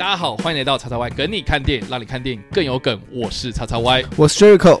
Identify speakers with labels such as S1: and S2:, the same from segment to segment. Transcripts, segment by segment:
S1: 大家好，欢迎来到叉叉 Y 跟你看电影，让你看电影更有梗。我是叉叉 Y，
S2: 我是 Jericho，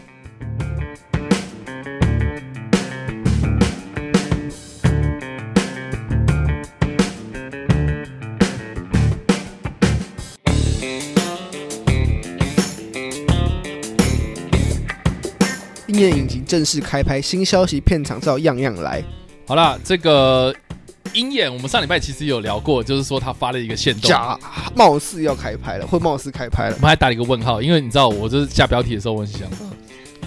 S2: 今年影集正式开拍，新消息片场照样样来，
S1: 好啦，这个鹰眼，我们上礼拜其实有聊过，就是说他发了一个限动，
S2: 假貌似要开拍了，会貌似开拍了
S1: 我，们还打了一个问号，因为你知道，我就是下标题的时候，我很想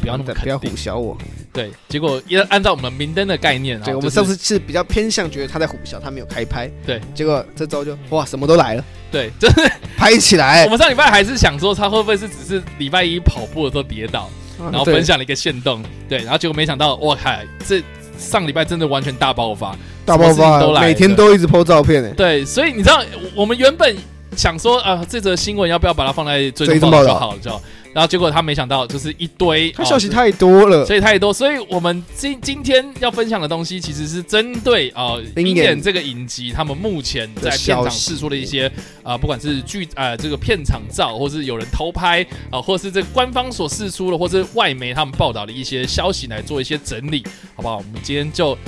S1: 不要那么
S2: 嗯不要
S1: 肯
S2: 唬
S1: 定，
S2: 小我。
S1: 对，结果一按照我们明灯的概念啊，
S2: 对，我
S1: 就
S2: 们
S1: 是
S2: 上次是比较偏向觉得他在唬小，他没有开拍。
S1: 对，
S2: 结果这周就哇什么都来了，
S1: 对，就是
S2: 拍起来
S1: 我，们上礼拜还是想说他会不会是只是礼拜一跑步的时候跌倒，然后
S2: 啊嗯对
S1: 分享了一个限动，对，然后结果没想到，哇嗨，这上礼拜真的完全大爆发，
S2: 大爆
S1: 什么事情都
S2: 发，
S1: 来
S2: 每天
S1: 对
S2: 都一直 PO 照片欸诶。
S1: 对，所以你知道，我我们原本想说啊、这则新闻要不要把它放在追
S2: 追
S1: 踪
S2: 踪
S1: 报
S2: 报
S1: 道就
S2: 道
S1: 好了，就好然后结果他没想到就是一堆，
S2: 他
S1: 哦
S2: 消息太多了，
S1: 所以太多，所以我们今今天要分享的东西，其实是针对啊《
S2: 鹰
S1: 鹰、
S2: 眼
S1: 眼》这个影集，他们目前在片场试出的一些啊、呃不管是剧啊、呃这个片场照，或是有人偷拍啊、或是这个官方所试出的，或是外媒他们报道的一些消息来做一些整理，好不好？我们今天就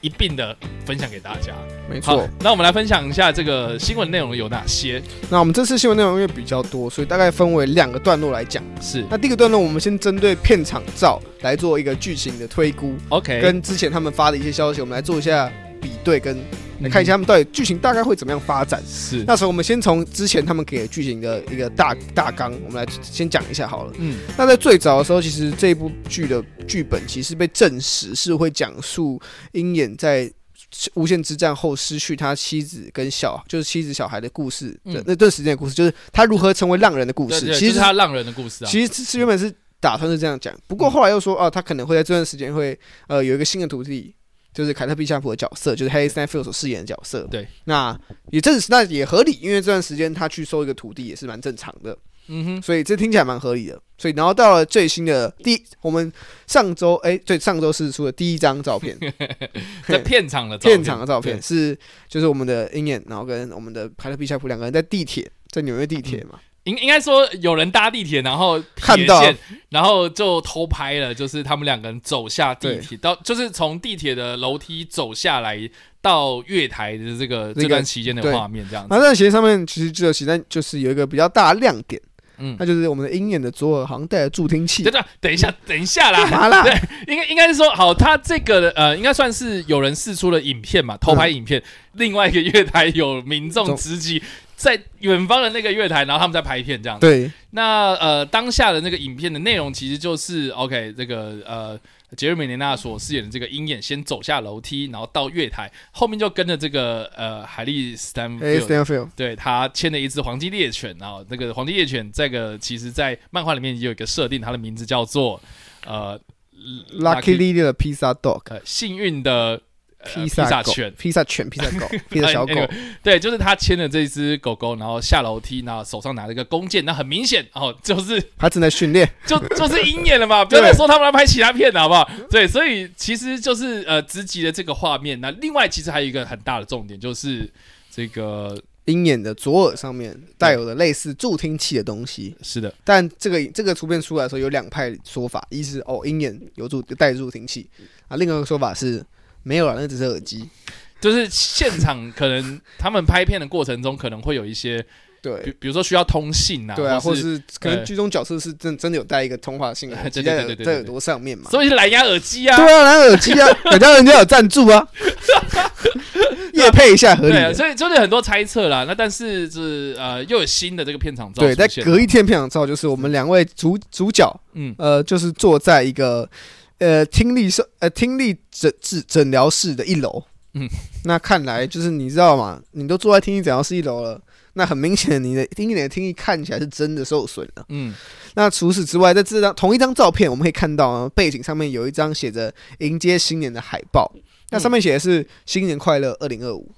S1: 一并的分享给大家。
S2: 没
S1: 好
S2: 错。，
S1: 那我们来分享一下这个新闻内容有哪些？
S2: 那我们这次新闻内容因为比较多，所以大概分为两个段落来讲。
S1: 是
S2: 那第一个段落，我们先针对片场照来做一个剧情的推估，
S1: OK，
S2: 跟之前他们发的一些消息，我们来做一下比对，跟来
S1: 嗯
S2: 看一下他们到底剧情大概会怎么样发展。
S1: 是
S2: 那时候我们先从之前他们给的剧情的一个大大纲，我们来先讲一下好了。
S1: 嗯
S2: 那在最早的时候，其实这部剧的剧本其实被证实是会讲述鹰眼在无限之战后失去他妻子跟小，就是妻子小孩的故事，
S1: 嗯
S2: 那那段时间的故事，就是他如何成为浪人的故
S1: 对
S2: 事。
S1: 对
S2: 其
S1: 就是
S2: 实
S1: 他浪人的故事啊，
S2: 其实是原本是打算是这样讲，不过后来又说，哦，他可能会在这段时间会呃有一个新的徒弟，就是凯特·毕夏普的角色，就是 Harry Styles 所饰演的角色。
S1: 对，
S2: 那也正是那也合理，因为这段时间他去收一个徒弟也是蛮正常的，
S1: 嗯哼，
S2: 所以这听起来蛮合理的。所以然后到了最新的第，我们上周哎，对，上周试出的第一张照 片，
S1: 在片场的照片
S2: 片场的照片是就是我们的鹰眼，然后跟我们的凯特·毕夏普两个人在地铁，在纽约地铁嘛，
S1: 应应该说有人搭地铁，然后
S2: 看
S1: 瞥
S2: 到
S1: 见，然后就偷拍了，就是他们两个人走下地铁，到就是从地铁的楼梯走下来到月台的这个
S2: 那个
S1: 这段期间的
S2: 对
S1: 画面，这样
S2: 然
S1: 子。
S2: 后那鞋上面其实只有写，但就是有一个比较大的亮点，
S1: 嗯
S2: 那就是我们的鹰眼的左耳好像带了助听器
S1: 等，等等一下，等一下
S2: 嗯干
S1: 啦，
S2: 嘛啦？
S1: 应该应该是说，好，他这个的呃，应该算是有人试出了影片
S2: 嗯
S1: 嘛，偷拍影片。另外一个月台有民众
S2: 中
S1: 直击在远方的那个月台，然后他们在拍片这样子。
S2: 嗯对，
S1: 那呃，当下的那个影片的内容其实就是 OK，这个呃，杰瑞米·雷纳所饰演的这个鹰眼先走下楼梯，然后到月台，后面就跟着这个呃海利·斯坦
S2: 哎
S1: 福，
S2: ，Stanfield，
S1: 对他牵了一只黄金猎犬，然后那个黄金猎犬这个其实在漫画里面也有一个设定，它的名字叫做呃
S2: Lucky Lily 的披萨 dog，
S1: 呃幸运的、呃、披萨
S2: 萨狗
S1: 犬，，哎
S2: 披萨犬，披萨 狗，披萨小狗，
S1: Anyway，对，就是他牵着这只狗狗，然后下楼梯，然后手上拿了一个弓箭，那很明显哦，就是。
S2: 它正在训练，
S1: 就就是鹰眼了嘛，不要再说他们来拍其他片了，好不好？对，所以其实就是呃，直击的这个画面。那另外，其实还有一个很大的重点就是这个
S2: 鹰眼的左耳上面带有的类似助听器的东西。
S1: 是的，
S2: 但这个这个图片出来的时候有两派说法，一是哦鹰眼有助带助听器啊，另外一个说法是没有了，那只是耳机。
S1: 就是现场可能他们拍片的过程中，可能会有一些，
S2: 对
S1: 比，比如说需要通信啊，
S2: 对啊，
S1: 或
S2: 或
S1: 是。
S2: 是可能剧中角色是真真的有带一个通话 信
S1: 对
S2: 号
S1: 对
S2: 机
S1: 对
S2: 在
S1: 对对
S2: 耳
S1: 对
S2: 在耳朵上面嘛。
S1: 所以是蓝牙耳机啊，
S2: 对啊，拿耳机啊，人家人 家有赞助 啊，夜配一下合理
S1: 对啊，
S2: 的。
S1: 所以就是很多猜测啦。那但是是呃，又有新的这个片场照
S2: 对，在
S1: 出现啊
S2: 隔一天片场照，就是我们两位主主角，
S1: 嗯
S2: 呃，就是坐在一个呃听力是呃听力诊治诊疗室的一楼。
S1: 嗯
S2: 嗯，那看来就是你知道嘛，你都坐在听力诊疗室一楼了，那很明显，你的鹰眼的听力看起来是真的受损了。
S1: 嗯，
S2: 那除此之外，在这张同一张照片，我们可以看到啊，背景上面有一张写着“迎接新年”的海报，那上面写的是“新年快乐二零二五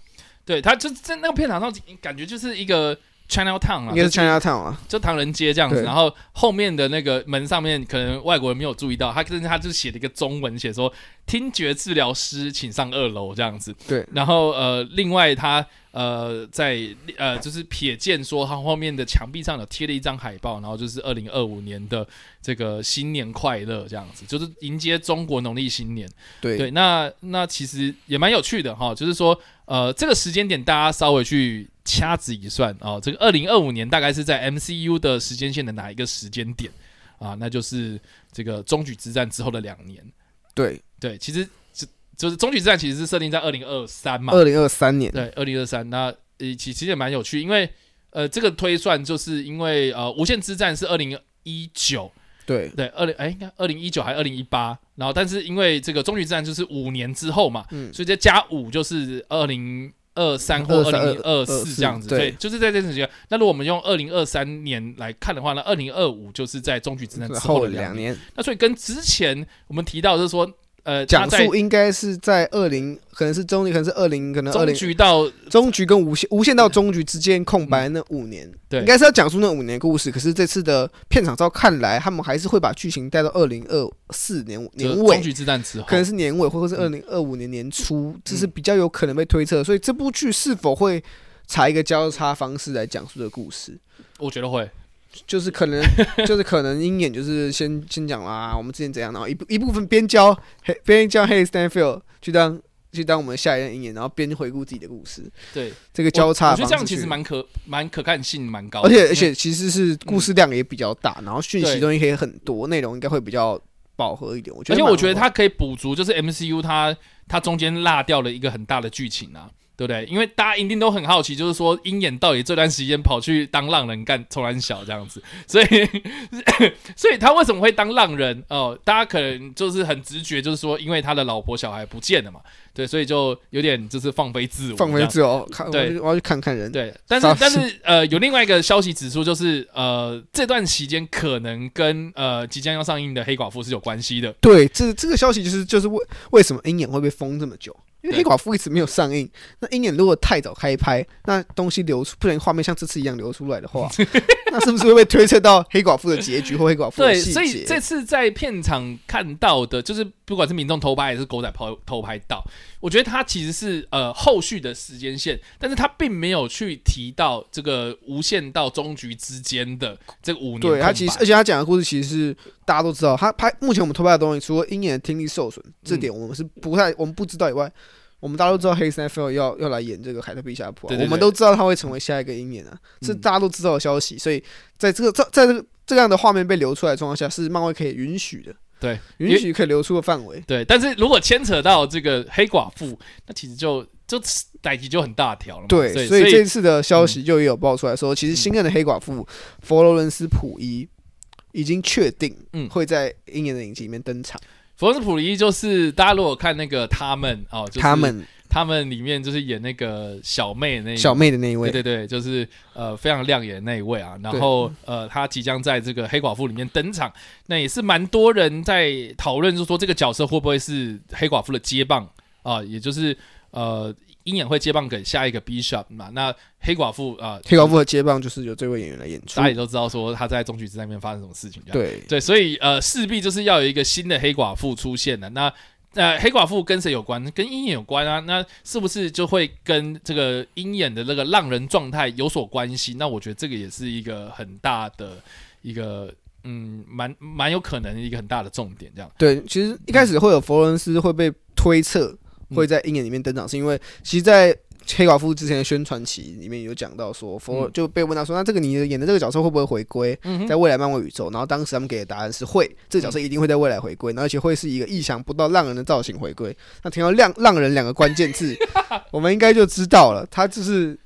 S1: 对，他就在那个片场上，感觉就是一个 China Town ”，啊，
S2: 应该是
S1: 就
S2: China Town 啊。
S1: 就唐人街这样子，
S2: 对
S1: 然后后面的那个门上面可能外国人没有注意到，他但是他就写了一个中文，写说听觉治疗师请上二楼这样子。
S2: 对，
S1: 然后呃，另外他呃在呃就是瞥见说他后面的墙壁上有贴了一张海报，然后就是二零二五年的这个新年快乐这样子，就是迎接中国农历新年。
S2: 对，
S1: 对，那那其实也蛮有趣的哈，就是说，呃，这个时间点大家稍微去掐指一算啊、这个二零二五年大概是在 MCU 的时间线的哪一个时间点啊？那就是这个终局之战之后的两年。
S2: 对，
S1: 对，其实就就是终局之战其实是设定在二零二三嘛，
S2: 二零二三年，
S1: 对，二零二三。那呃，其其实也蛮有趣，因为呃，这个推算就是因为呃，无限之战是二零一九，
S2: 对，
S1: 对，二零哎，应该二零一九还二零一八，然后但是因为这个终局之战就是五年之后嘛，
S2: 嗯
S1: 所以再加五就是二零二三或二
S2: 23
S1: 零二四
S2: 24
S1: 这样子，
S2: 对
S1: 对，就是在这段时间。那如果我们用二零二三年来看的话呢，二零二五就是在终局之战之
S2: 后
S1: 后
S2: 的
S1: 的两
S2: 两
S1: 年。
S2: 年，
S1: 那所以跟之前我们提到就是说，呃，它
S2: 讲
S1: 在
S2: 述应该是在二零，可能是中，可能是二零，可能二
S1: 终
S2: 零
S1: 局到
S2: 中局跟无限无限到中局之间空白那五年，
S1: 嗯对
S2: 应该是要讲述那五年故事。可是这次的片场照看来，他们还是会把剧情带到二零二四年
S1: 就
S2: 年
S1: 是终
S2: 尾，
S1: 局之战之后
S2: 可，能是年尾或者是二
S1: 嗯
S2: 零二五年年初，这是比较有可能被推测。所以这部剧是否会采一个交叉方式来讲述的故事？
S1: 我觉得会，
S2: 就是可能，就是可能鹰眼就是先先讲啦，我们之前怎样，然后一部一部分边教黑边教黑 Stanfield 去当去当我们下一任鹰眼，然后边回顾自己的故事，
S1: 对，
S2: 这个交
S1: 我
S2: 叉的
S1: 觉得这
S2: 方式
S1: 样其
S2: 去
S1: 实蛮可蛮可看性蛮高的，
S2: 而
S1: 因
S2: 且
S1: 为
S2: 而且其实是故事量也比较大，然后讯息
S1: 对
S2: 东西可以很多，内容应该会比较饱和一点。我觉
S1: 而
S2: 得
S1: 且
S2: 蛮好玩，
S1: 我觉得它可以补足，就是 MCU 它它中间落掉了一个很大的剧情啊，对不对？因为大家一定都很好奇，就是说鹰眼到底这段时间跑去当浪人干冲然小这样子， 所以 所以他为什么会当浪人哦？大家可能就是很直觉，就是说因为他的老婆小孩不见了嘛，对，所以就有点就是放飞自我，
S2: 放飞自由，看我
S1: 对
S2: 要去我要去看看人。
S1: 对，但
S2: 少
S1: 是但是呃，有另外一个消息指出，就是呃，这段期间可能跟呃即将要上映的黑寡妇是有关系的。
S2: 对，这这个消息就是就是为为什么鹰眼会被封这么久？因为黑
S1: 对
S2: 寡妇一直没有上映。那鹰眼如果太早开拍，那东西流出，不然画面像这次一样流出来 的话，那是不是会被推测到黑寡妇的结局或黑寡妇的
S1: 对，
S2: 细
S1: 所以这
S2: 节？
S1: 次在片场看到的，就是不管是民众偷拍还是狗仔偷偷拍到，我觉得它其实是呃后续的时间线，但是它并没有去提到这个无限到终局之间的这个五年空白。
S2: 对他其实，而且他讲的故事其实是大家都知道，他拍目前我们偷拍的东西，除了鹰眼的听力受损这
S1: 嗯
S2: 点我们是不太我们不知道以外，我们大家都知道黑 s t a n f i e l 要要来演这个海特碧霞普、啊，
S1: 对对对
S2: 我们都知道他会成为下一个鹰眼啊，是
S1: 嗯
S2: 大家都知道的消息，所以在这个在在这个这样的画面被流出来的状况下，是漫威可以允许的，
S1: 对，
S2: 允许可以流出的范围。
S1: 对，但是如果牵扯到这个黑寡妇，那其实就就代际就很大条了嘛。
S2: 对，
S1: 所
S2: 所以
S1: 以嗯
S2: 这次的消息就也有爆出来说，其实新任的黑寡妇佛罗伦斯普伊已经确定
S1: 嗯
S2: 会在鹰眼的影集里面登场，
S1: 佛斯普里就是大家如果看那个他们哦，就是
S2: 他们
S1: 他们里面就是演那个小妹那一
S2: 小妹的那一位
S1: 对对对，就是呃非常亮眼的那一位啊。然后呃，他即将在这个黑寡妇里面登场，那也是蛮多人在讨论，就是说这个角色会不会是黑寡妇的接棒啊、也就是呃鹰眼会接棒给下一个 Bishop 嘛。那黑寡妇啊，
S2: 黑寡妇的接棒就是由这位演员来演出
S1: 大家。也都知道说他在终局之战里面发生什么事情，这样
S2: 对，
S1: 对，所以呃，势必就是要有一个新的黑寡妇出现了。那呃，黑寡妇跟谁有关？跟鹰眼有关啊。那是不是就会跟这个鹰眼的那个浪人状态有所关系？那我觉得这个也是一个很大的一个嗯，蛮蛮有可能的一个很大的重点。这样，
S2: 对，其实一开始会有佛罗伦斯会被推测
S1: 嗯
S2: 会在鹰眼里面登场，是因为其实，在黑寡妇之前的宣传期里面有讲到说，佛罗
S1: 嗯
S2: 就被问到说，那这个你演的这个角色会不会回归
S1: 嗯
S2: 在未来漫威宇宙？然后当时他们给的答案是会，这个角色一定会在未来回归，然后而且会是一个意想不到浪人的造 型回归。那听到“浪浪人”两个关键字，我们应该就知道了，他就是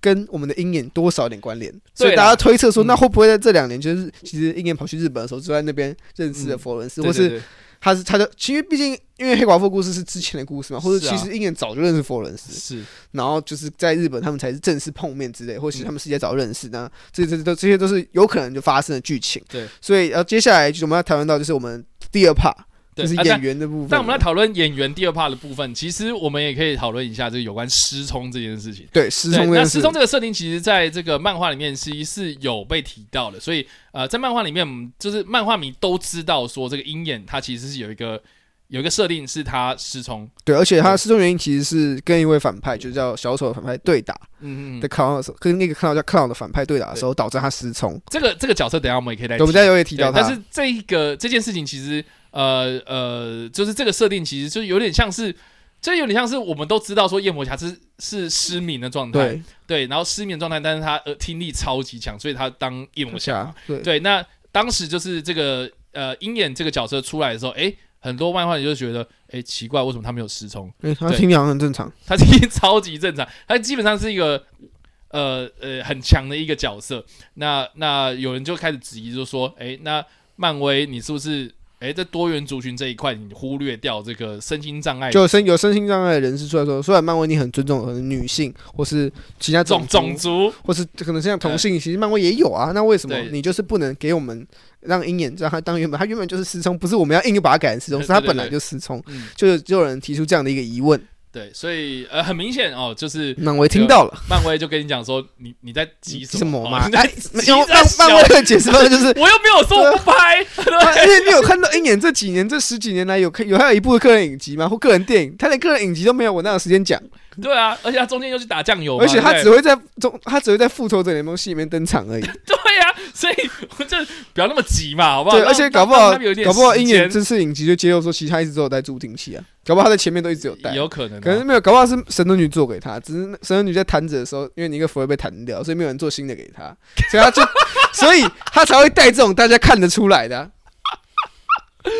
S2: 跟我们的鹰眼多少有点关联，
S1: 对
S2: 所
S1: 啦
S2: 以大家推测说，
S1: 嗯
S2: 那会不会在这两年，就是其实鹰眼跑去日本的时候，就在那边认识了
S1: 嗯
S2: 佛罗伦斯，
S1: 对
S2: 或
S1: 对
S2: 是
S1: 对
S2: 他是他的，其实毕竟因为黑寡妇故事是之前的故事嘛，或者
S1: 是啊
S2: 其实鹰眼早就认识佛罗伦斯，
S1: 是
S2: 然后就是在日本他们才是正式碰面之类，或
S1: 嗯
S2: 许他们私底下早认识，那这这这都这些都是有可能就发生的剧情。
S1: 对，
S2: 所以呃，接下来我们要谈论到就是我们第二 part，
S1: 对
S2: 就是
S1: 啊
S2: 演员的部分。
S1: 但我们来讨论演员第二 part 的部分，其实我们也可以讨论一下，就是有关失聪这件事情。
S2: 对失
S1: 对
S2: 聪这
S1: 那
S2: 件
S1: 失
S2: 事
S1: 聪，这个设定，其实在这个漫画里面其实是有被提到的，所以呃，在漫画里面，我们就是漫画迷都知道说，这个鹰眼他其实是有一个有一个设定是他失聪，
S2: 对，而且他失踪原因其实是跟一位反派，就叫小丑的反派对打
S1: 嗯嗯
S2: 的
S1: 嗯，
S2: 克朗的时候，跟那个克朗叫克朗的反派对打的时候，导致他失聪。
S1: 这个这个角色等一下我们也可以来
S2: 对
S1: 提
S2: 我们家有也提
S1: 哎对
S2: 到，他，
S1: 但是这一个这件事情其实呃呃，就是这个设定其实就有点像是，这有点像是我们都知道说夜魔侠是是失明的状态，
S2: 对
S1: 对，然后失眠状态，但是他呃听力超级强，所以他当夜魔侠嘛。
S2: 对
S1: 对，那当时就是这个呃鹰眼这个角色出来的时候，诶，很多漫画人就觉得，诶，奇怪，为什么他没有失聪？
S2: 对，哎他
S1: 对
S2: 听起来好像很正常。
S1: 他其实超级正常，他基本上是一个呃呃很强的一个角色。那那有人就开始质疑，就说，诶，那漫威你是不是？诶，在多元族群这一块，你忽略掉这个身心障碍
S2: 就身有身心障碍的人士出来说，虽然漫威你很尊重可能女性或是其他
S1: 种
S2: 种
S1: 种
S2: 族
S1: 族，
S2: 或是可能像同性，其实漫威也有啊。那为什么
S1: 对
S2: 你就是不能给我们让鹰眼让他当原本他原本就是失聪，不是我们要硬把他改 成失聪，
S1: 对
S2: 是他
S1: 对
S2: 本来
S1: 对
S2: 就失聪。
S1: 嗯，
S2: 就是就有人提出这样的一个疑问，
S1: 对，所以呃很明显哦，就是
S2: 漫威听到了，
S1: 漫威就跟你讲说，你你在急什
S2: 什么嘛
S1: 哦？你在
S2: 哎，
S1: 急
S2: 漫
S1: 在
S2: 漫漫威的解释方 式就是
S1: 想我又没有说我不拍，
S2: 他而且你有看到鹰眼这几年这十几年来有看有还有一部个人影集吗？或个人电影？他连个人影集都没有，我哪有时间讲？
S1: 对啊，而且他中间又去打酱油嘛，
S2: 而且他
S1: 对
S2: 只会在中，他只会在复仇者联盟戏里面登场而已。
S1: 对呀，所以我就不要那么急嘛，好不好？
S2: 对，
S1: 让
S2: 而且搞不
S1: 让
S2: 好
S1: 他们有一点
S2: 搞不好
S1: 时
S2: 鹰
S1: 间
S2: 眼这次影集就揭露说，其实他一直都有带助听器啊，搞不好他在前面都一直有带。
S1: 有可能啊，
S2: 可能没有，搞不好是神盾局做给他，只是 那神盾局在弹指的时候，因为尼克弗会被弹掉，所以没有人做新的给 他，所以他就，所以他才会带这种大家看得出来的啊、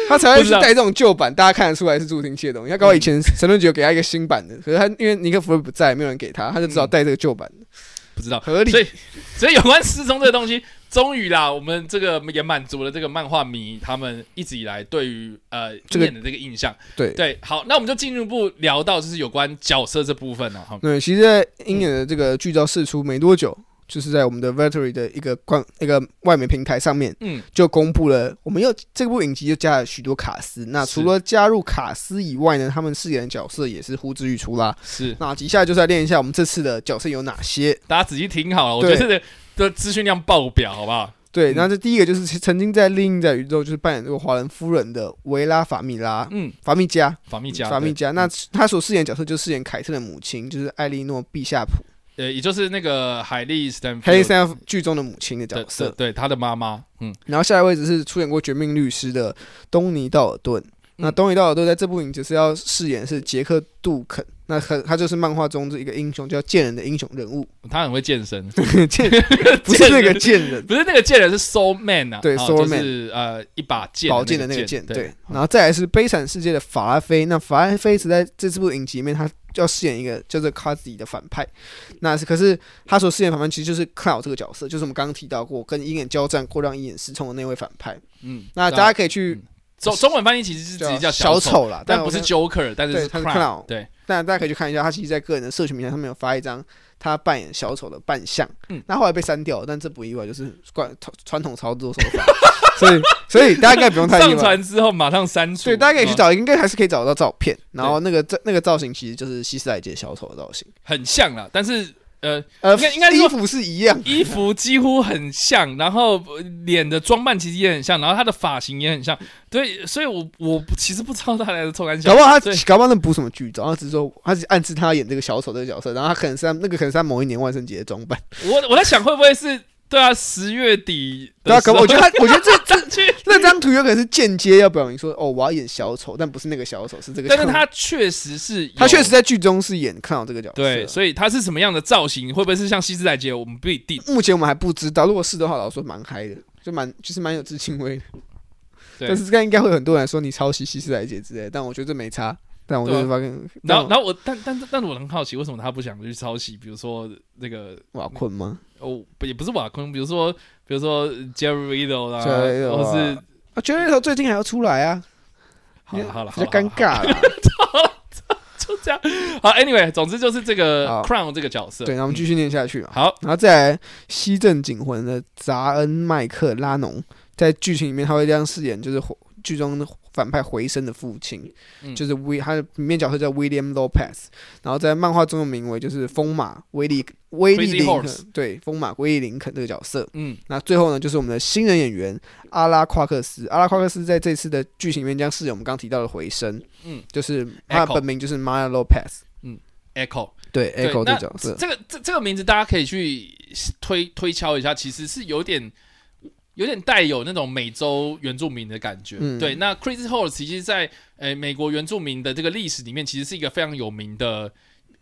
S2: 他才会
S1: 不
S2: 去
S1: 是啊
S2: 带这种旧版，大家看得出来是助听器的东西。他搞不好以前神盾局有给他一个新版的，可是他因为尼克弗瑞不在，没有人给他，他就只好带这个旧版的，
S1: 不知道。
S2: 合理
S1: 嗯所。以，所以有关失踪这个东西，终于啦，我们这个也满足了这个漫画迷他们一直以来对于呃
S2: 这
S1: 鹰
S2: 个
S1: 眼的这个印象。
S2: 对
S1: 对，好，那我们就进一步聊到就是有关角色这部分了哦哈。
S2: 对，其实，在鹰眼的这个剧照释出没多久，就是在我们的 v e t e r y 的一个官一个外媒平台上面，
S1: 嗯，
S2: 就公布了，我们又这部影集就加了许多卡司。那除了加入卡司以外呢，他们饰演的角色也是呼之欲出啦。
S1: 是，
S2: 那接下来就是来练一下我们这次的角色有哪些。
S1: 大家仔细听好了，我觉得这个这资讯量爆表，好不好？
S2: 对，
S1: 嗯
S2: 那这第一个就是曾经在《另一在宇宙》就是扮演这个华人夫人的维拉法米拉
S1: 嗯，
S2: 法米加
S1: 法密加，
S2: 法米
S1: 对嗯
S2: 加。那她所饰演的角色就是饰演凯特的母亲，就是艾莉诺·毕夏普
S1: 呃，也就是那个海莉斯坦
S2: 黑山剧中的母亲的角色。
S1: 对他的妈妈，嗯，
S2: 然后下一位只是出演过《绝命律师》的东尼·道尔顿。那东尼·道尔顿在这部影集是要饰演是杰克·杜肯，那他他就是漫画中这一个英雄叫贱人的英雄人物，
S1: 他很会健身，
S2: 贱不是那个贱人，
S1: 不是那个剑人是 Soul Man 啊，
S2: 对
S1: 啊
S2: Soul
S1: 就是呃一把剑
S2: 宝剑的那
S1: 个
S2: 个剑。
S1: 对
S2: 对，，然后再来是《悲惨世界》的法拉菲。那法拉菲是在这部影集里面，他要饰演一个叫做 Kazi 的反派。那是可是他所饰演的反派其实就是 Cloud 这个角色，就是我们刚刚提到过跟鹰眼交战过让鹰眼失聪的那位反派。
S1: 嗯，
S2: 那大家可以去
S1: 中中文翻译其实是直接叫
S2: 小
S1: 丑，
S2: 啦，
S1: 但
S2: 我
S1: 不是
S2: 看
S1: Joker，但是
S2: 对
S1: 是
S2: 他是
S1: Clown，
S2: Clown
S1: 对，
S2: 但大家可以去看一下，他其实在个人的社群平台上面有发一张他扮演小丑的扮相，
S1: 嗯
S2: 那后来被删掉了，但这不意外，就是惯传传统操作手 法，所以所以大家应该不用太意
S1: 上
S2: 外。
S1: 传之后马上删除，
S2: 对，大家可以去
S1: 嗯，
S2: 找，应该还是可以找得到照片。然后那个这那个造型其实就是希斯莱杰小丑的造型，
S1: 很像啦，但是呃
S2: 呃，
S1: 应该应该说
S2: 衣服是一样，
S1: 衣服几乎很像，然后呃脸的装扮其实也很像，然后他的发型也很像，对，所以我我其实不知道他来的臭干
S2: 搞
S1: 香
S2: 不。好他
S1: 对
S2: 搞不好那不是什么剧照，他只是说他只暗示他演这个小丑这个角色，然后他可能是他那个可能是他某一年万圣节的装扮。
S1: 我我在想会不会是对啊，十月底
S2: 对啊，
S1: 的时
S2: 搞
S1: 候，
S2: 不好我觉得他我觉得这
S1: 他 去，
S2: 那张图有可能是间接要表明说，哦，我要演小丑，但不是那个小丑，是这个小
S1: 但
S2: 丑。
S1: 是他确实是有，
S2: 他确实在剧中是啊演看到这个角色。
S1: 对，所以他是什么样的造型，会不会是像西斯莱杰，我们不一定。
S2: 目前我们还不知道，如果是的话，老实说蛮嗨的，就蛮就是蛮有致敬味的。
S1: 对
S2: 但是这个应该会有很多人说你抄袭希斯莱杰之类的，但我觉得这没差。但我
S1: 对啊
S2: 就发现，
S1: 然后，
S2: 但
S1: 然后我，但但但是我很好奇，为什么他不想去抄袭？比如说那个
S2: 我瓦昆吗？
S1: 哦，不也不是瓦昆，比如说比如说 Jerry Riddle 啦，
S2: Jerry Riddle
S1: 或是
S2: 啊，绝对头最近还要出来啊，
S1: 好了好了，
S2: 比较
S1: 好
S2: 尴
S1: 了，
S2: 尬啊啦。
S1: 就这样。好，Anyway，总之就是这个
S2: 好
S1: Crown 这个角色，嗯
S2: 对，那我们继续念下去啊。
S1: 好，
S2: 然后再来西镇警魂的扎恩麦克拉农，在剧情里面他会这样饰演，就是回剧中的反派回声的父亲，
S1: 嗯
S2: 就是威，他的里面角色叫 William Lopez，然后在漫画中的名为就是风马威利威利
S1: Crazy
S2: 林
S1: Horse
S2: 肯，对，风马威利林肯这个角色。
S1: 嗯
S2: 那最后呢，就是我们的新人演员阿拉夸克斯。阿拉夸克斯在这次的剧情里面将饰演我们刚提到的回声，
S1: 嗯
S2: 就是他
S1: Echo
S2: 的本名就是 Maya Lopez，
S1: ，Echo
S2: 对
S1: 对
S2: Echo 这
S1: 那
S2: 个角色。
S1: 这个这这个名字大家可以去推推敲一下，其实是有点有点带有那种美洲原住民的感觉。
S2: 嗯
S1: 对，那 Crazy Horse 其实在呃美国原住民的这个历史里面，其实是一个非常有名的。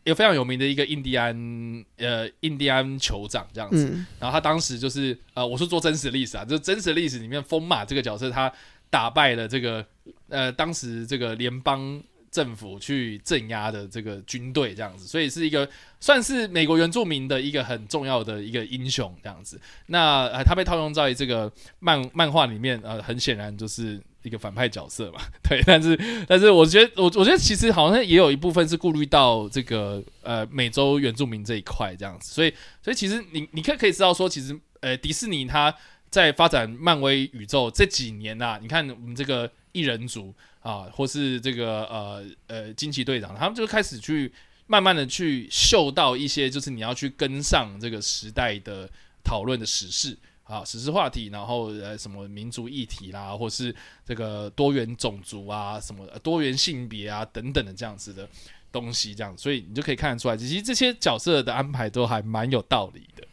S1: 也非常有名的一个印第安，呃，印第安酋长这样子。
S2: 嗯，
S1: 然后他当时就是，呃，我是做真实历史啊，就是真实历史里面，风马这个角色他打败了这个，呃，当时这个联邦政府去镇压的这个军队这样子，所以是一个算是美国原住民的一个很重要的一个英雄这样子。那呃，他被套用在这个漫漫画里面，呃，很显然就是一个反派角色嘛。 对，但是但是我觉得我我觉得其实好像也有一部分是顾虑到这个呃美洲原住民这一块这样子，所以所以其实你你可以可以知道说，其实呃迪士尼它在发展漫威宇宙这几年呐、你看我们这个异人族啊，或是这个呃呃惊奇队长，他们就开始去慢慢的去嗅到一些，就是你要去跟上这个时代的讨论的时事。啊，时事话题，然后呃，什么民族议题啦，或是这个多元种族啊，什么呃多元性别啊等等的这样子的东西，这样，所以你就可以看得出来，其实这些角色的安排都还蛮有道理的。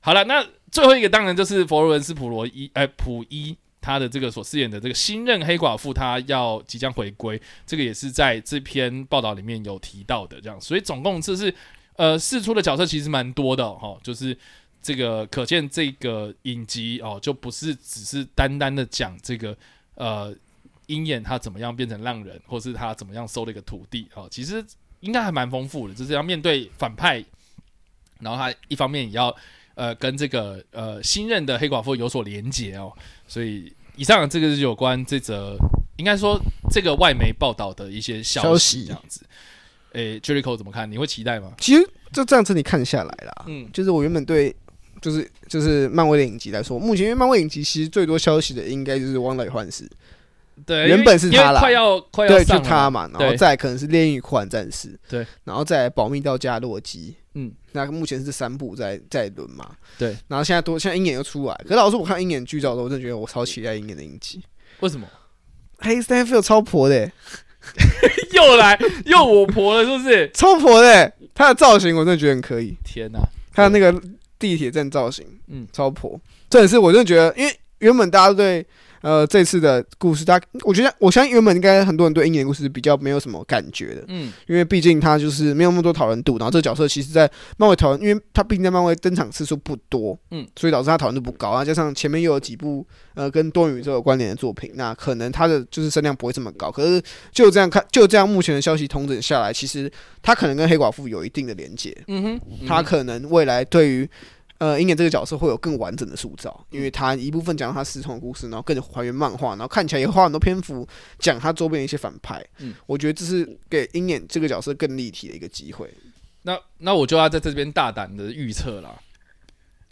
S1: 好了，那最后一个当然就是佛罗伦斯普罗伊，呃，普伊他的这个所饰演的这个新任黑寡妇，她要即将回归，这个也是在这篇报道里面有提到的，这样，所以总共这是呃试出的角色其实蛮多的哈、哦，就是。这个可见，这个影集哦，就不是只是单单的讲这个呃鹰眼他怎么样变成浪人，或是他怎么样收了一个徒弟哦，其实应该还蛮丰富的，就是要面对反派，然后他一方面也要呃跟这个呃新任的黑寡妇有所连结哦，所以以上这个是有关这则应该说这个外媒报道的一些消
S2: 消
S1: 息
S2: 息
S1: 这样子。诶，Jericho 怎么看？你会期待吗？
S2: 其实就这样子，你看下来啦，
S1: 嗯
S2: 就是我原本对，就是就是漫威的影集来说，目前因为漫威影集其实最多消息的应该就是《汪磊幻视》，
S1: 对，
S2: 原本是
S1: 因为
S2: 他啦
S1: 快要快哦要
S2: 对，就
S1: 上了
S2: 他嘛，然后
S1: 对
S2: 再来可能是《炼狱酷寒战士》，
S1: 对，
S2: 然后再来《保密到家洛基》，
S1: 嗯，
S2: 那目前是这三部在在轮嘛，
S1: 对，
S2: 然后现在多现在鹰眼又出来，可是老实说，我看鹰眼剧照的时候，我真的觉得我超期待鹰眼的影集，
S1: 为什么
S2: 黑 Stanfield 超婆的欸、
S1: 又来又我婆了？是不是？
S2: 超婆的欸、他的造型我真的觉得很可以，
S1: 天哪、
S2: 他的那个地铁站造型，
S1: 嗯
S2: 嗯，超婆，真的是我真的觉得，因为原本大家对呃这次的故事，大家我觉得我相信原本应该很多人对鹰眼的故事比较没有什么感觉的，
S1: 嗯，
S2: 因为毕竟他就是没有那么多讨论度，然后这个角色其实在漫威讨论，因为他毕竟在漫威登场次数不多，
S1: 嗯，
S2: 所以导致他讨论度不高，然后加上前面又有几部呃跟多元宇宙有关联的作品，那可能他的就是声量不会这么高。可是就这样看，就这样目前的消息统整下来，其实他可能跟黑寡妇有一定的连接，
S1: 嗯哼，嗯
S2: 他
S1: 哼
S2: 可能未来对于。呃，鹰眼这个角色会有更完整的塑造，
S1: 嗯
S2: 因为他一部分讲他失踪的故事，然后更还原漫画，然后看起来也花很多篇幅讲他周边的一些反派。
S1: 嗯，
S2: 我觉得这是给鹰眼这个角色更立体的一个机会。
S1: 那那我就要在这边大胆的预测啦。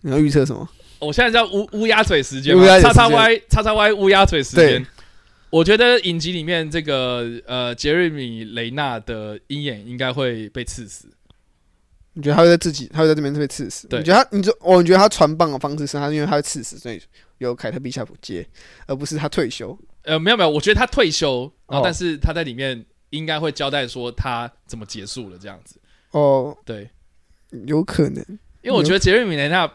S2: 你要预测什么？
S1: 我现在叫乌乌鸦嘴时间嘛
S2: 乌鸦，嘴
S1: 叉
S2: 时间
S1: 叉 Y 叉叉 Y 乌鸦嘴时间
S2: 对。
S1: 我觉得影集里面这个呃杰瑞米雷纳的鹰眼应该会被刺死。
S2: 你觉得他会在自己，他会在这边被刺死？
S1: 对
S2: 你觉得他，你就我、你觉得他传棒的方式是他，因为他会刺死，所以由凯特·毕夏普接，而不是他退休。
S1: 呃，没有没有，我觉得他退休，然后
S2: 哦
S1: 但是他在里面应该会交代说他怎么结束了这样子。
S2: 哦，
S1: 对，
S2: 有可能。
S1: 因为我觉得杰瑞米雷纳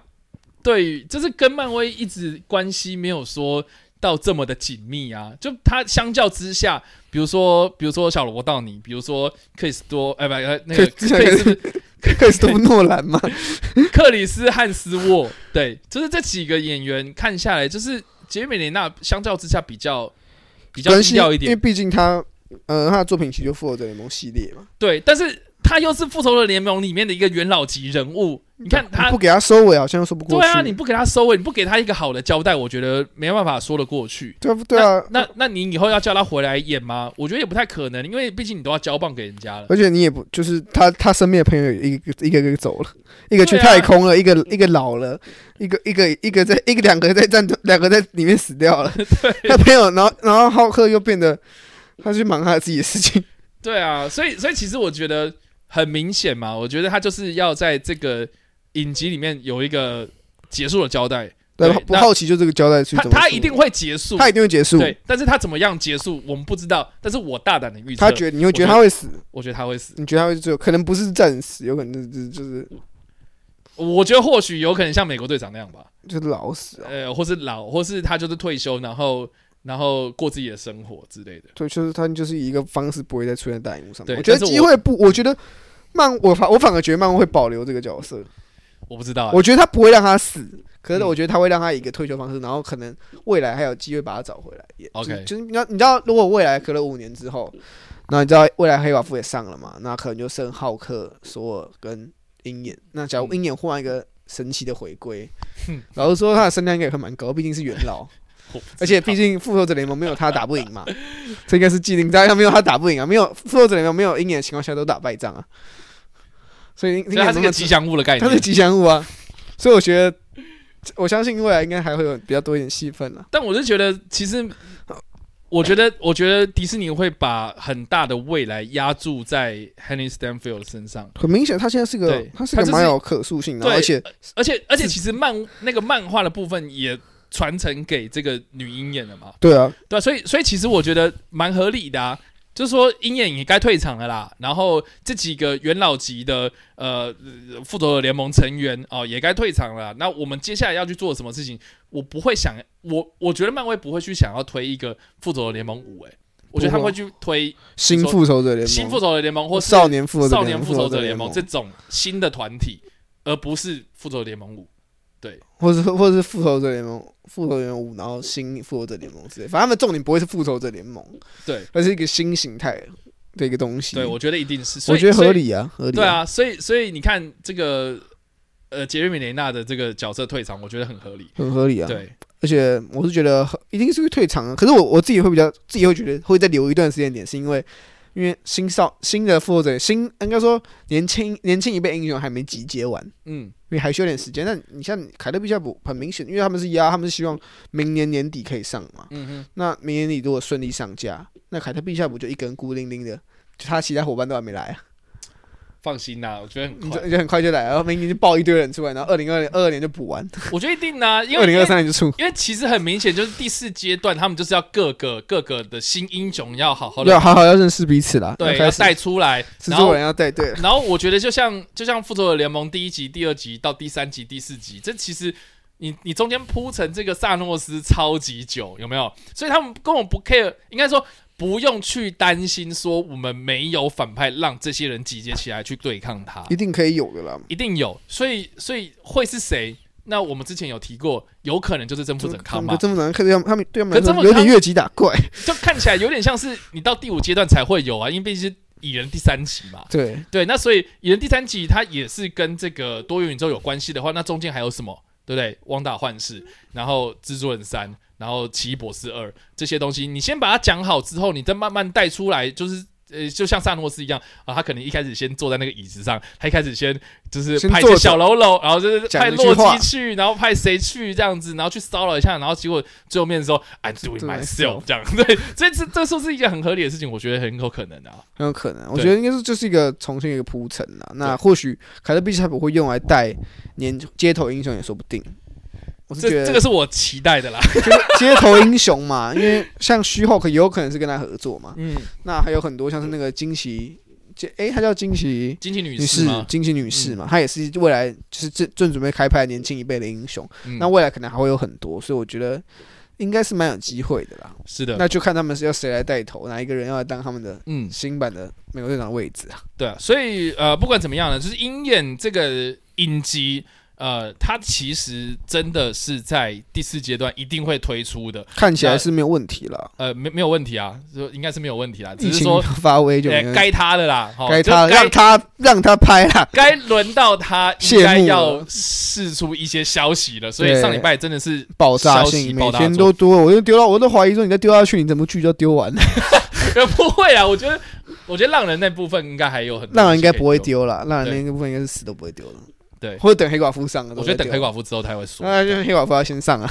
S1: 对于就是跟漫威一直关系没有说到这么的紧密啊，就他相较之下，比如说比如说小罗道尼，比如说克里斯多，哎不呃那个
S2: 克之前
S1: 克里斯
S2: 克里斯托弗·诺兰 嘛，
S1: 克里斯汉斯沃，对，就是这几个演员看下来，就是杰瑞米雷纳相较之下比较比较
S2: 关
S1: 低
S2: 系
S1: 调一
S2: 因为
S1: 点，
S2: 毕竟他呃，他的作品其实就《复仇者联盟》系列嘛。
S1: 对，但是他又是复仇者联盟里面的一个元老级人物，你看他
S2: 不给他收尾，好像又说不过
S1: 对
S2: 去。
S1: 啊，你不给他收尾，你不给他一个好的交代，我觉得没办法说得过去。
S2: 对啊对啊，
S1: 那那那你以后要叫他回来演吗？我觉得也不太可能，因为毕竟你都要交棒给人家了。
S2: 而且你也不就是他他身边的朋友有一个一个一个走了，一个去
S1: 对啊
S2: 太空了，一个一个老了，一个一个一个在一个两个在战斗，两个在里面死 掉了。他朋友，然后然后浩克又变得他去忙他自己的事 情。
S1: 对啊，所以所以其实我觉得很明显嘛，我觉得他就是要在这个影集里面有一个结束的交代，
S2: 对
S1: 对，
S2: 不
S1: 那
S2: 好奇就这个交代去
S1: 他
S2: 怎么
S1: 他
S2: 处
S1: 一定会结束，
S2: 他一定会结束。
S1: 对，但是他怎么样结束我们不知道，但是我大胆的预测，
S2: 他觉得你会觉得他会死，
S1: 我觉得他会死，
S2: 你觉得他会最后可能不是战死，有可能就是就是
S1: 我觉得或许有可能像美国队长那样吧，
S2: 就是老死啊。
S1: 呃，或是老，或是他就是退休，然后然后过自己的生活之类的。
S2: 对，就是他就是以一个方式不会再出现在大荧幕上面。
S1: 对
S2: 我觉得
S1: 但是
S2: 机
S1: 我
S2: 会不，我觉得漫我反我反而觉得漫威会保留这个角色，
S1: 我不知道、欸，
S2: 我觉得他不会让他死，可是
S1: 嗯
S2: 我觉得他会让他以一个退休方式，然后可能未来还有机会把他找回来。也
S1: OK
S2: 就是就是你知道，你知道，如果未来隔了五年之后，那你知道未来黑寡妇也上了嘛？那可能就剩浩克、索尔跟鹰眼。那假如
S1: 嗯
S2: 鹰眼忽然一个神奇的回归
S1: 哼，
S2: 老实说，他的身量应该也会蛮高，毕竟是元老，
S1: 我不知道
S2: 而且毕竟复仇者联盟没有他打不赢嘛，这应该是既定。当然没有他打不赢啊，没有复仇者联盟没有鹰眼的情况下都打败仗啊，所以鹰鹰
S1: 所以它是
S2: 眼这
S1: 个
S2: 么
S1: 吉祥物的概
S2: 它是
S1: 念。
S2: 吉祥物啊，所以我觉得，我相信未来应该还会有比较多一点戏份了。
S1: 但我是觉得，其实我觉得，我觉得迪士尼会把很大的未来压注在 Henry Stanfield 身上，
S2: 很明显，它现在是个
S1: 对，
S2: 它是个
S1: 它就是
S2: 蛮有可塑性的，
S1: 对
S2: 而且
S1: 而且而且其实漫那个漫画的部分也传承给这个女鹰眼了嘛，
S2: 对啊，
S1: 对啊、所以所以其实我觉得蛮合理的啊。就是说，鹰眼也该退场了啦。然后这几个元老级的呃复仇者联盟成员哦、也该退场了啦。那我们接下来要去做什么事情？我不会想，我我觉得漫威不会去想要推一个复仇者联盟五，诶，欸我觉得他们会去推
S2: 新复仇者联盟、
S1: 新复仇者联盟或是
S2: 少年复仇者
S1: 少
S2: 联
S1: 年
S2: 盟、
S1: 复仇者联盟
S2: 复
S1: 这种新的团体，而不是复仇者联盟五。
S2: 或是或是复仇者联盟、复仇者联盟五，然后新复仇者联盟之类，反正他们重点不会是复仇者联盟，
S1: 对
S2: 而是一个新形态的一个东西。
S1: 对，我觉得一定是，所
S2: 我
S1: 以
S2: 觉得
S1: 所以
S2: 合理啊，合理、
S1: 对，啊，所以所以你看这个呃杰瑞米雷纳的这个角色退场，我觉得很合理。
S2: 很合理啊。
S1: 对，
S2: 而且我是觉得很一定是会退场啊。可是我我自己会比较自己会觉得会再留一段时间点，是因为因为新少新的复仇者新应该说年轻年轻一辈英雄还没集结完，
S1: 嗯，
S2: 因为还需要点时间。但你像凯特·毕加普很明显，因为他们是压，他们是希望明年年底可以上嘛。
S1: 嗯哼，
S2: 那明年底如果顺利上架，那凯特·毕加普就一个人孤零零的，就他其他伙伴都还没来啊，
S1: 放心啦，我觉得很
S2: 你
S1: 快，
S2: 就就很快就来了，然后明年就爆一堆人出来，然后二零二二二年就补完，
S1: 我觉得一定啦、因为
S2: 二零
S1: 因
S2: 二。
S1: 为
S2: 三年就出，
S1: 因为其实很明显，就是第四阶段，他们就是要各个各个的新英雄要好好
S2: 要
S1: 的
S2: 好好要认识彼此啦。
S1: 对，
S2: 啊要
S1: 要
S2: 开始
S1: 带出来，
S2: 制
S1: 然后
S2: 作人要带 队了。
S1: 然后我觉得就像就像复仇者联盟第一集、第二集到第三集、第四集，这其实你你中间铺成这个萨诺斯超级久，有没有？所以他们根本不 care，应该说不用去担心说我们没有反派让这些人集结起来去对抗他，
S2: 一定可以有的啦。
S1: 一定有。所以所以会是谁？那我们之前有提过，有可能就是真不整康嘛，
S2: 这么难看，对他们他们对他们
S1: 可这
S2: 来
S1: 么
S2: 说有点越级打怪。
S1: 就看起来有点像是你到第五阶段才会有啊，因为毕竟是蚁人第三集嘛。
S2: 对，
S1: 对，那所以《蚁人》第三集它也是跟这个多元宇宙有关系的话，那中间还有什么？对不对？汪达幻
S2: 嗯
S1: 视，然后蜘蛛人三，然后奇异博士二这些东西，你先把它讲好之后，你再慢慢带出来，就是。呃，就像萨诺斯一样啊，他可能一开始先坐在那个椅子上，他一开始先就是
S2: 先
S1: 派
S2: 坐
S1: 这
S2: 着
S1: 小喽啰，然后就是
S2: 讲
S1: 派
S2: 一句
S1: 洛
S2: 话
S1: 基去，然后派谁去这样子，然后去骚扰一下，然后结果最后面的时候，I'm doing
S2: doing
S1: myself 这样， 对，这这这是不是一件很合理的事情？我觉得很有可能啊，
S2: 很有可能。我
S1: 对
S2: 觉得应该是就是一个重新一个铺陈啦。那或许凯特·毕加普会用来带年街头英雄也说不定。我是觉
S1: 这这
S2: 得
S1: 个是我期待的啦，
S2: 街头英雄嘛，因为像虚后可有可能是跟他合作嘛。
S1: 嗯，
S2: 那还有很多像是那个惊奇，这诶，他叫惊奇。
S1: 惊奇女
S2: 女士
S1: 吗，？嗯
S2: 惊奇女士嘛，她也是未来就是正正准备开拍的年轻一辈的英雄，
S1: 嗯
S2: 那未来可能还会有很多，所以我觉得应该是蛮有机会的啦。
S1: 是的，
S2: 那就看他们是要谁来带头，哪一个人要来当他们的
S1: 嗯，
S2: 新版的美国队长的位置啊？
S1: 对啊，所以呃，不管怎么样呢，就是鹰眼这个影集。呃，它其实真的是在第四阶段一定会推出的，
S2: 看起来是没有问题了。
S1: 呃，没没有问题啊，就应该是没有问题啦，只
S2: 疫
S1: 是
S2: 情
S1: 说，
S2: 发威就没
S1: 哎
S2: 有问题
S1: 该他的啦，齁
S2: 该
S1: 就
S2: 他让他让他拍啦。
S1: 该轮到 他应
S2: 谢
S1: 该
S2: 幕
S1: 要
S2: 了
S1: 试出一些消息了，所以
S2: 对
S1: 上礼拜真的是
S2: 爆炸
S1: 消息
S2: 性，
S1: 爆
S2: 每
S1: 炸
S2: 天都丢，我就丢到，我都怀疑说你再丢下去，你怎么剧就丢完了？
S1: 不会啊，我觉得我觉得浪人那部分应该还有很多，
S2: 浪人应该不会，丢了，浪人那部分应该是死都不会丢了。
S1: 对
S2: 或者等黑寡妇上了，
S1: 我觉得等黑
S2: 寡，
S1: 寡妇之后他会说，
S2: 那就是黑寡妇要先上啊。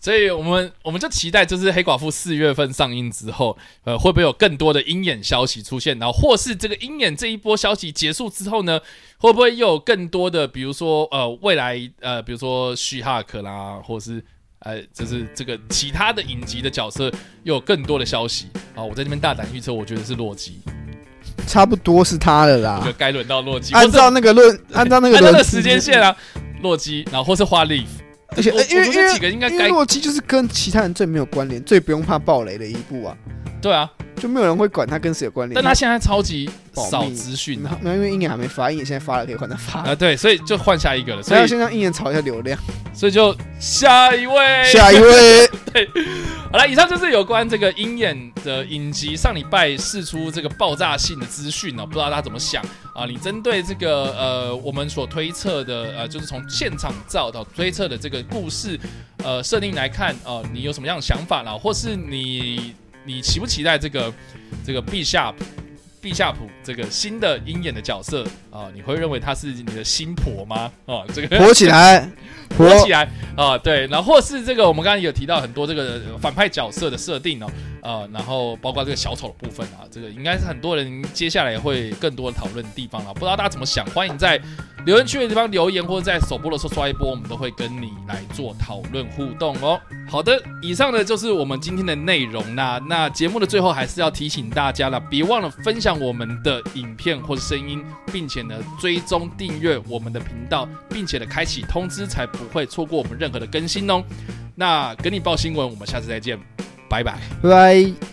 S1: 所以我们我们就期待，就是黑寡妇四月份上映之后，呃，会不会有更多的鹰眼消息出现？然后，或是这个鹰眼这一波消息结束之后呢，会不会又有更多的，比如说呃，未来呃，比如说虚哈克啦，或是呃，就是这个其他的影集的角色又有更多的消息啊？我在这边大胆预测，我觉得是洛基，啊
S2: 差不多是他的
S1: 我觉
S2: 啦
S1: 得。该轮到洛基，
S2: 按
S1: 或
S2: 照那个论，按照那
S1: 是
S2: 个
S1: 按照那
S2: 轮
S1: 个时间线啊，洛基，然后或是花丽，
S2: 而且
S1: 我
S2: 呃因为
S1: 我
S2: 因
S1: 觉得
S2: 为
S1: 几个应该
S2: 因
S1: 该
S2: 为洛基就是跟其他人最没有关联、最不用怕暴雷的一部啊，
S1: 对啊，
S2: 就没有人会管他跟谁有关联。
S1: 但他现在超级
S2: 保密
S1: 少资讯
S2: 然
S1: 啊
S2: 后，然后因为鹰眼还没发，鹰眼现在发了可以换他发
S1: 啊、，对，所以就换下一个了，所
S2: 所以
S1: 以
S2: 要。先让鹰眼炒一下流量。啊
S1: 所以就下一位，
S2: 下 一位，
S1: 好了，以上就是有关这个鹰眼的影集上礼拜释出这个爆炸性的资讯哦呢，不知道大家怎么想啊？你针对这个呃我们所推测的呃，就是从现场照到推测的这个故事呃设定来看哦、呃你有什么样的想法啦？或是你你期不期待这个这个陛下？陛下谱这个新的鹰眼的角色啊、你会认为他是你的新婆吗？哦、这个
S2: 火起来，火
S1: 火起来啊、对，然后或是这个我们刚刚有提到很多这个呃反派角色的设定哦，呃，然后包括这个小丑的部分啊，这个应该是很多人接下来会更多讨论的地方了。不知道大家怎么想，欢迎在留言区的地方留言，或者在首播的时候刷一波，我们都会跟你来做讨论互动哦。好的，以上呢就是我们今天的内容啦。那节目的最后还是要提醒大家了，别忘了分享我们的影片或是声音，并且呢追踪订阅我们的频道，并且呢开启通知，才不会错过我们任何的更新哦。那跟你报新闻，我们下次再见，拜拜。
S2: 拜拜。